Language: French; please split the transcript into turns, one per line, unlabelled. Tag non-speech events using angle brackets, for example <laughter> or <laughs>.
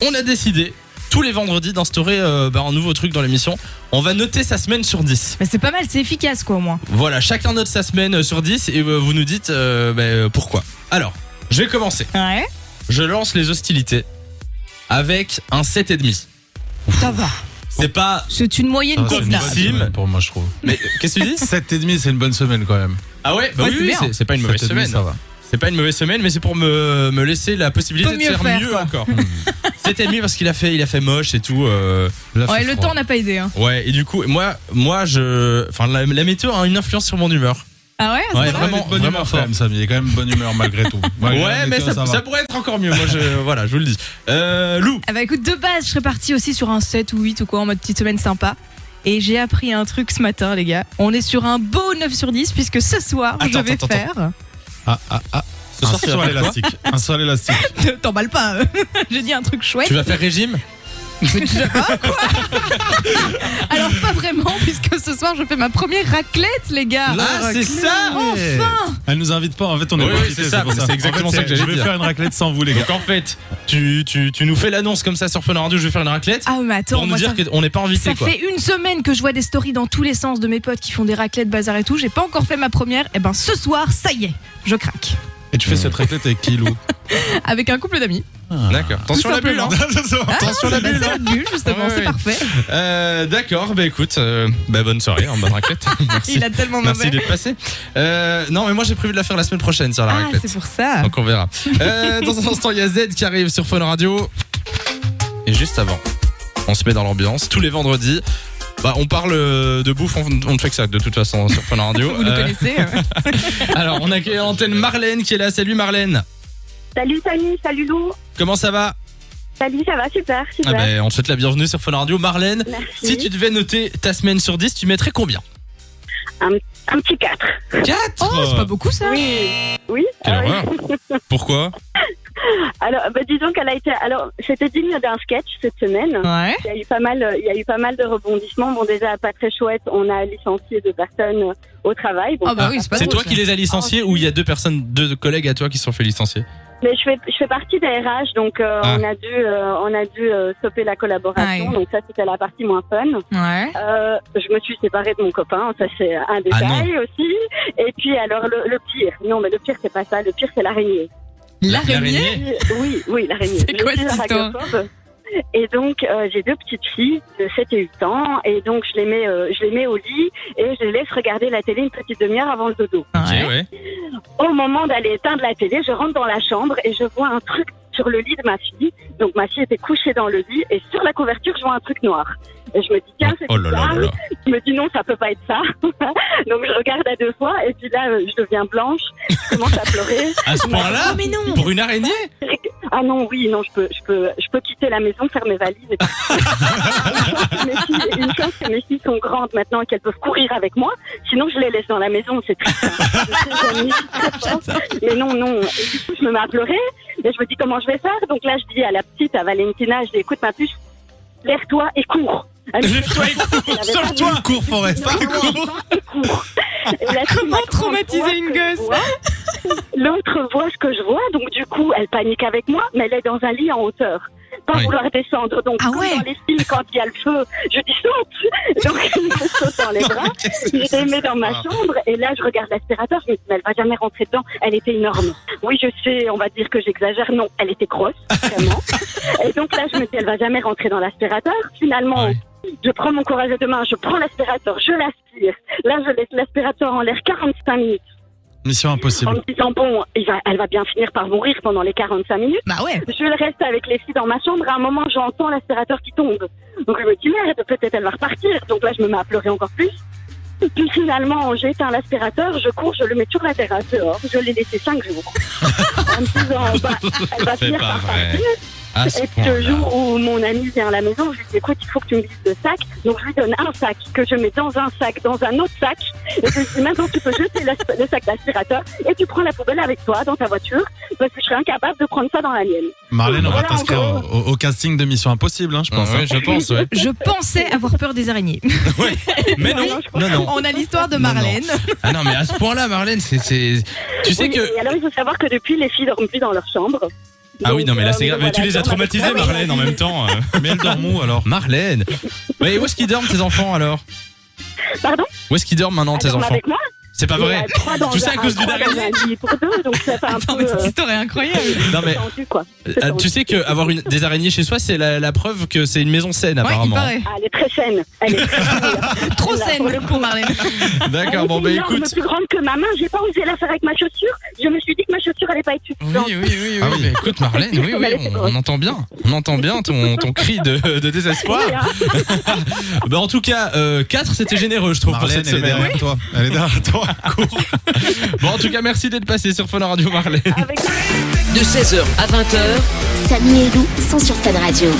On a décidé tous les vendredis d'instaurer euh, bah, un nouveau truc dans l'émission. On va noter sa semaine sur 10.
Mais c'est pas mal, c'est efficace quoi au moins.
Voilà, chacun note sa semaine euh, sur 10 et euh, vous nous dites euh, bah, euh, pourquoi. Alors, je vais commencer.
Ouais.
Je lance les hostilités avec un 7,5.
Ça va.
C'est pas...
C'est une moyenne
Ça, Ah, c'est
convenable.
une bonne semaine
pour moi, je trouve.
Mais qu'est-ce que tu dis
7 et demi, c'est une bonne semaine quand même.
Ah ouais, bah
Ouais,
oui,
c'est
oui,
bien.
c'est- c'est pas une mauvaise semaine.
ça va.
C'est pas une mauvaise semaine, mais c'est pour me, me laisser la possibilité
Peut
de
mieux
faire,
faire,
mieux
quoi.
encore. 7,5 parce qu'il a fait, il a fait moche et tout. euh,
Ouais, le temps n'a pas aidé. Hein.
Ouais, et du coup, moi, moi, je, enfin, la, la météo a une influence sur mon humeur.
Ah ouais, à
Ouais,
ce moment-là
vraiment,
vraiment, bonne
vraiment
humeur
fort.
quand même, Sam. Il est quand même de bonne humeur malgré
<laughs>
tout. Malgré la
Ouais, mais
météo,
ça,
va.
ça pourrait être encore mieux. Moi, <laughs> je, voilà, je vous le dis. Euh, Lou,
Ah bah écoute, de base, je serais partie aussi sur un 7 ou 8 ou quoi, en mode petite semaine sympa. Et j'ai appris un truc ce matin, les gars. On est sur un beau 9 sur 10 puisque ce soir,
Attends,
je vais
attends, attends.
faire.
Ah, ah, ah.
ce
un
soir, tu vas
sol
faire quoi
élastique. Un sol élastique.
Ne <laughs> T'emballe pas, euh. j'ai dit un truc chouette.
Tu vas faire régime
Mais tu sais pas, quoi <laughs> Alors, pas vraiment, puisque ce soir, je fais ma première raclette, les gars.
Ah, c'est ça
Enfin
Elle nous invite pas. En fait, on est
Oui,
pas
oui,
invités,
c'est ça,
pour
c'est exactement
En fait,
ça que j'allais
Je vais
dire.
faire une raclette sans vous, les
<laughs>
gars.
Donc en fait, tu, tu, tu nous fais l'annonce comme ça sur Fun Radio, je vais faire une raclette
Ah, mais attends,
pour nous
moi, ça
dire qu'on n'est pas invité
Ça
quoi.
fait une semaine que je vois des stories dans tous les sens de mes potes qui font des raclettes, bazar et tout. J'ai pas encore fait ma première. Et ben ce soir, ça y est, je craque.
Et tu fais cette raclette avec qui, Lou
Avec un couple d'amis.
<laughs> D'accord. Attention à la bulle.
simplement.
hein. Attention à la
Bah,
bulle.
c'est
hein.
la bulle, justement,
Ah ouais,
c'est
ouais.
parfait.
Euh, D'accord. Bah écoute, euh, bah bonne soirée, hein, bonne
<laughs>
raclette. Merci.
Il a tellement
Merci
mauvais.
d'être passé. Euh, non, mais moi j'ai prévu de la faire la semaine prochaine sur la
Ah,
raclette.
c'est pour ça.
Donc on verra. Euh, dans un instant, il y a Z qui arrive sur Fun Radio. Et juste avant, on se met dans l'ambiance tous les vendredis. Bah, on parle euh, de bouffe, on, on ne fait que ça de toute façon sur Fun Radio.
<laughs> Vous le
Euh,
connaissez. hein.
alors, on accueille à l'antenne Marlène qui est là. Salut Marlène.
Salut Samy, salut Lou.
Comment ça va
Salut, ça va, super,
ah
super.
ben, On te souhaite la bienvenue sur Fun Radio. Marlène,
Merci.
si tu devais noter ta semaine sur 10, tu mettrais combien
Un petit 4.
4
Oh, c'est pas beaucoup ça.
Oui. Oui.
Quelle
ah oui.
horreur. Pourquoi
Alors, bah, disons qu'elle a été. Alors, c'était digne d'un sketch cette
Ah.
semaine.
Ouais.
Il y, a eu pas mal, il y a eu pas mal de rebondissements. Bon, déjà, pas très chouette. On a licencié deux personnes euh, au travail. Bon,
Ah bah oui, c'est pas
C'est toi
drôle, ça. Ah.
qui les as licenciés ou il y a deux personnes, deux collègues à toi qui se sont fait licencier
Mais je fais, je fais partie des RH, donc euh,
Ah.
on a dû, euh, on a dû euh, stopper la collaboration.
Aïe.
Donc, ça, c'était la partie moins fun.
Ouais.
Euh, je me suis séparée de mon copain, ça c'est
Ah
un détail aussi. Et puis, alors, le, le pire. Non, mais le pire, c'est pas ça. Le pire, c'est l'araignée.
L'araignée.
<laughs> Oui, oui, l'araignée.
C'est quoi
Je suis
cette histoire
arachnophobe. Et donc, euh, j'ai deux petites filles de 7 et 8 ans, et donc je les mets, euh, je les mets au lit et je les laisse regarder la télé une petite demi-heure avant le dodo.
Ok,
Ouais.
ouais.
Au moment d'aller éteindre la télé, je rentre dans la chambre et je vois un truc sur le lit de ma fille. Donc, ma fille était couchée dans le lit et sur la couverture, je vois un truc noir. Et je me dis, tiens, c'est
Oh là là
bizarre.
là là.
<laughs> Je me dis non, ça peut pas être ça. <laughs> donc, je regarde à deux fois et puis là, euh, je deviens blanche. Je commence à pleurer.
À ce point-là
Oh, mais non.
Pour une araignée
Ah non, oui, non, je peux, je peux, je peux quitter la maison, faire mes valises. Et partir. <laughs> mes filles, une chose, c'est que mes filles sont grandes maintenant et qu'elles peuvent courir avec moi. Sinon, je les laisse dans la maison, c'est triste. hein. Je sais, j'en ai très fort. Mais non, non. Et du coup, je me mets à pleurer et je me dis comment je vais faire. Donc là, je dis à la petite, à Valentina, je dis écoute ma puce, lève-toi et cours. Elle me dit,
Lève-toi et cours, sauve-toi
Cours, Forest.
Non, non, non, cours. Et la fille,
Comment
ma grande,
traumatiser
voit
une
ce que je
gosse
vois. L'autre voit ce que je vois, donc du coup, elle panique avec moi, mais elle est dans un lit en hauteur. Pas
Oui.
vouloir descendre. Donc,
Ah
comme
ouais.
dans les films, quand il y a le feu, je dis saute Donc, <laughs> elle me saute dans les bras. Je les mets dans ma chambre et là, je regarde l'aspirateur. Je me dis, mais elle va jamais rentrer dedans. Elle était énorme. Oui, je sais, on va dire que j'exagère. Non, elle était grosse, vraiment. et donc là, je me dis, elle va jamais rentrer dans l'aspirateur. Finalement,
Ouais.
je prends mon courage à deux mains, je prends l'aspirateur, je l'aspire. Là, je laisse l'aspirateur en l'air 45 minutes
Mission
en
impossible.
me disant, bon, il va- elle va bien finir par mourir pendant les 45 minutes.
Bah ouais.
Je le reste avec les filles dans ma chambre. À un moment, j'entends l'aspirateur qui tombe. Donc je me dis merde, peut-être elle va repartir. Donc là, je me mets à pleurer encore plus. Puis finalement, j'éteins l'aspirateur, je cours, je le mets sur la terrasse dehors. Je l'ai laissé cinq
<laughs>
jours. en me disant, bah, elle
<laughs>
va
C'est
finir
pas
par
vrai.
partir.
À ce
Et puis le
point-là.
jour où mon ami vient à la maison, je lui dis écoute, il faut que tu me dises de sac. Donc je lui donne un sac que je mets dans un sac, dans un autre sac. Et je lui dis maintenant tu peux jeter l'as- le sac d'aspirateur et tu prends la poubelle avec toi dans ta voiture parce que je serais incapable de prendre ça dans la mienne.
Marlène, on va
Voilà,
t'inscrire au,
encore.
au- au casting de Mission Impossible, hein, je pense.
Ah ouais,
hein.
je pense, ouais.
Je pensais avoir peur des araignées.
Mais
Ah
non, non, non.
On a l'histoire de
Non, non.
Marlène.
Ah non, mais à ce point-là, Marlène, c'est. c'est- Tu sais
Oui,
que.
Et alors, il faut savoir que depuis, les filles dorment plus dans leur chambre.
Ah oui,
Donc,
non, mais là,
euh,
c'est grave. Mais tu
voilà,
les as
dans ma-
traumatisés,
Ah oui,
Marlène, en même temps. euh.
Mais elle dort où alors
Marlène Mais où est-ce qu'ils dorment, tes enfants, alors
<laughs> Pardon
Où est-ce qu'ils dorment maintenant, tes
elle dort
enfants
avec moi.
C'est pas
Il y
vrai
a trois dans
Tout ça
un-
à cause d'une
trois dans
araignée
un lit pour deux, donc ça fait
<laughs>
un
Attends,
peu.
mais cette
euh,
histoire est incroyable.
Non, mais
tendu, quoi.
euh, tu sais que avoir une, des araignées chez soi, c'est la, la preuve que c'est une maison saine,
Ouais, il
apparemment.
paraît.
Ah, elle est très saine. Elle est très saine.
Trop
Là, pour
saine
le coup.
pour Marlène.
<laughs> D'accord, bon, bah
Elle est énorme,
écoute.
plus grande que ma main. J'ai pas osé la faire avec ma chaussure. Je me suis dit que ma chaussure allait pas être suffisante.
oui, oui.
Ah oui.
bah, écoute, Marlène, oui,
<laughs>
oui, on, on entend bien. On entend bien ton, ton cri de, de désespoir.
Oui, hein.
Bah, en tout cas, 4, c'était généreux, je trouve,
Marlène, eh
pour
ben,
cette
elle est
semaine.
derrière toi. Elle est derrière toi.
Bon, en tout cas, merci d'être passé sur Fun Radio, Marlène.
Avec
de 16h à 20h.
Samy et Lou sont sur Fun Radio.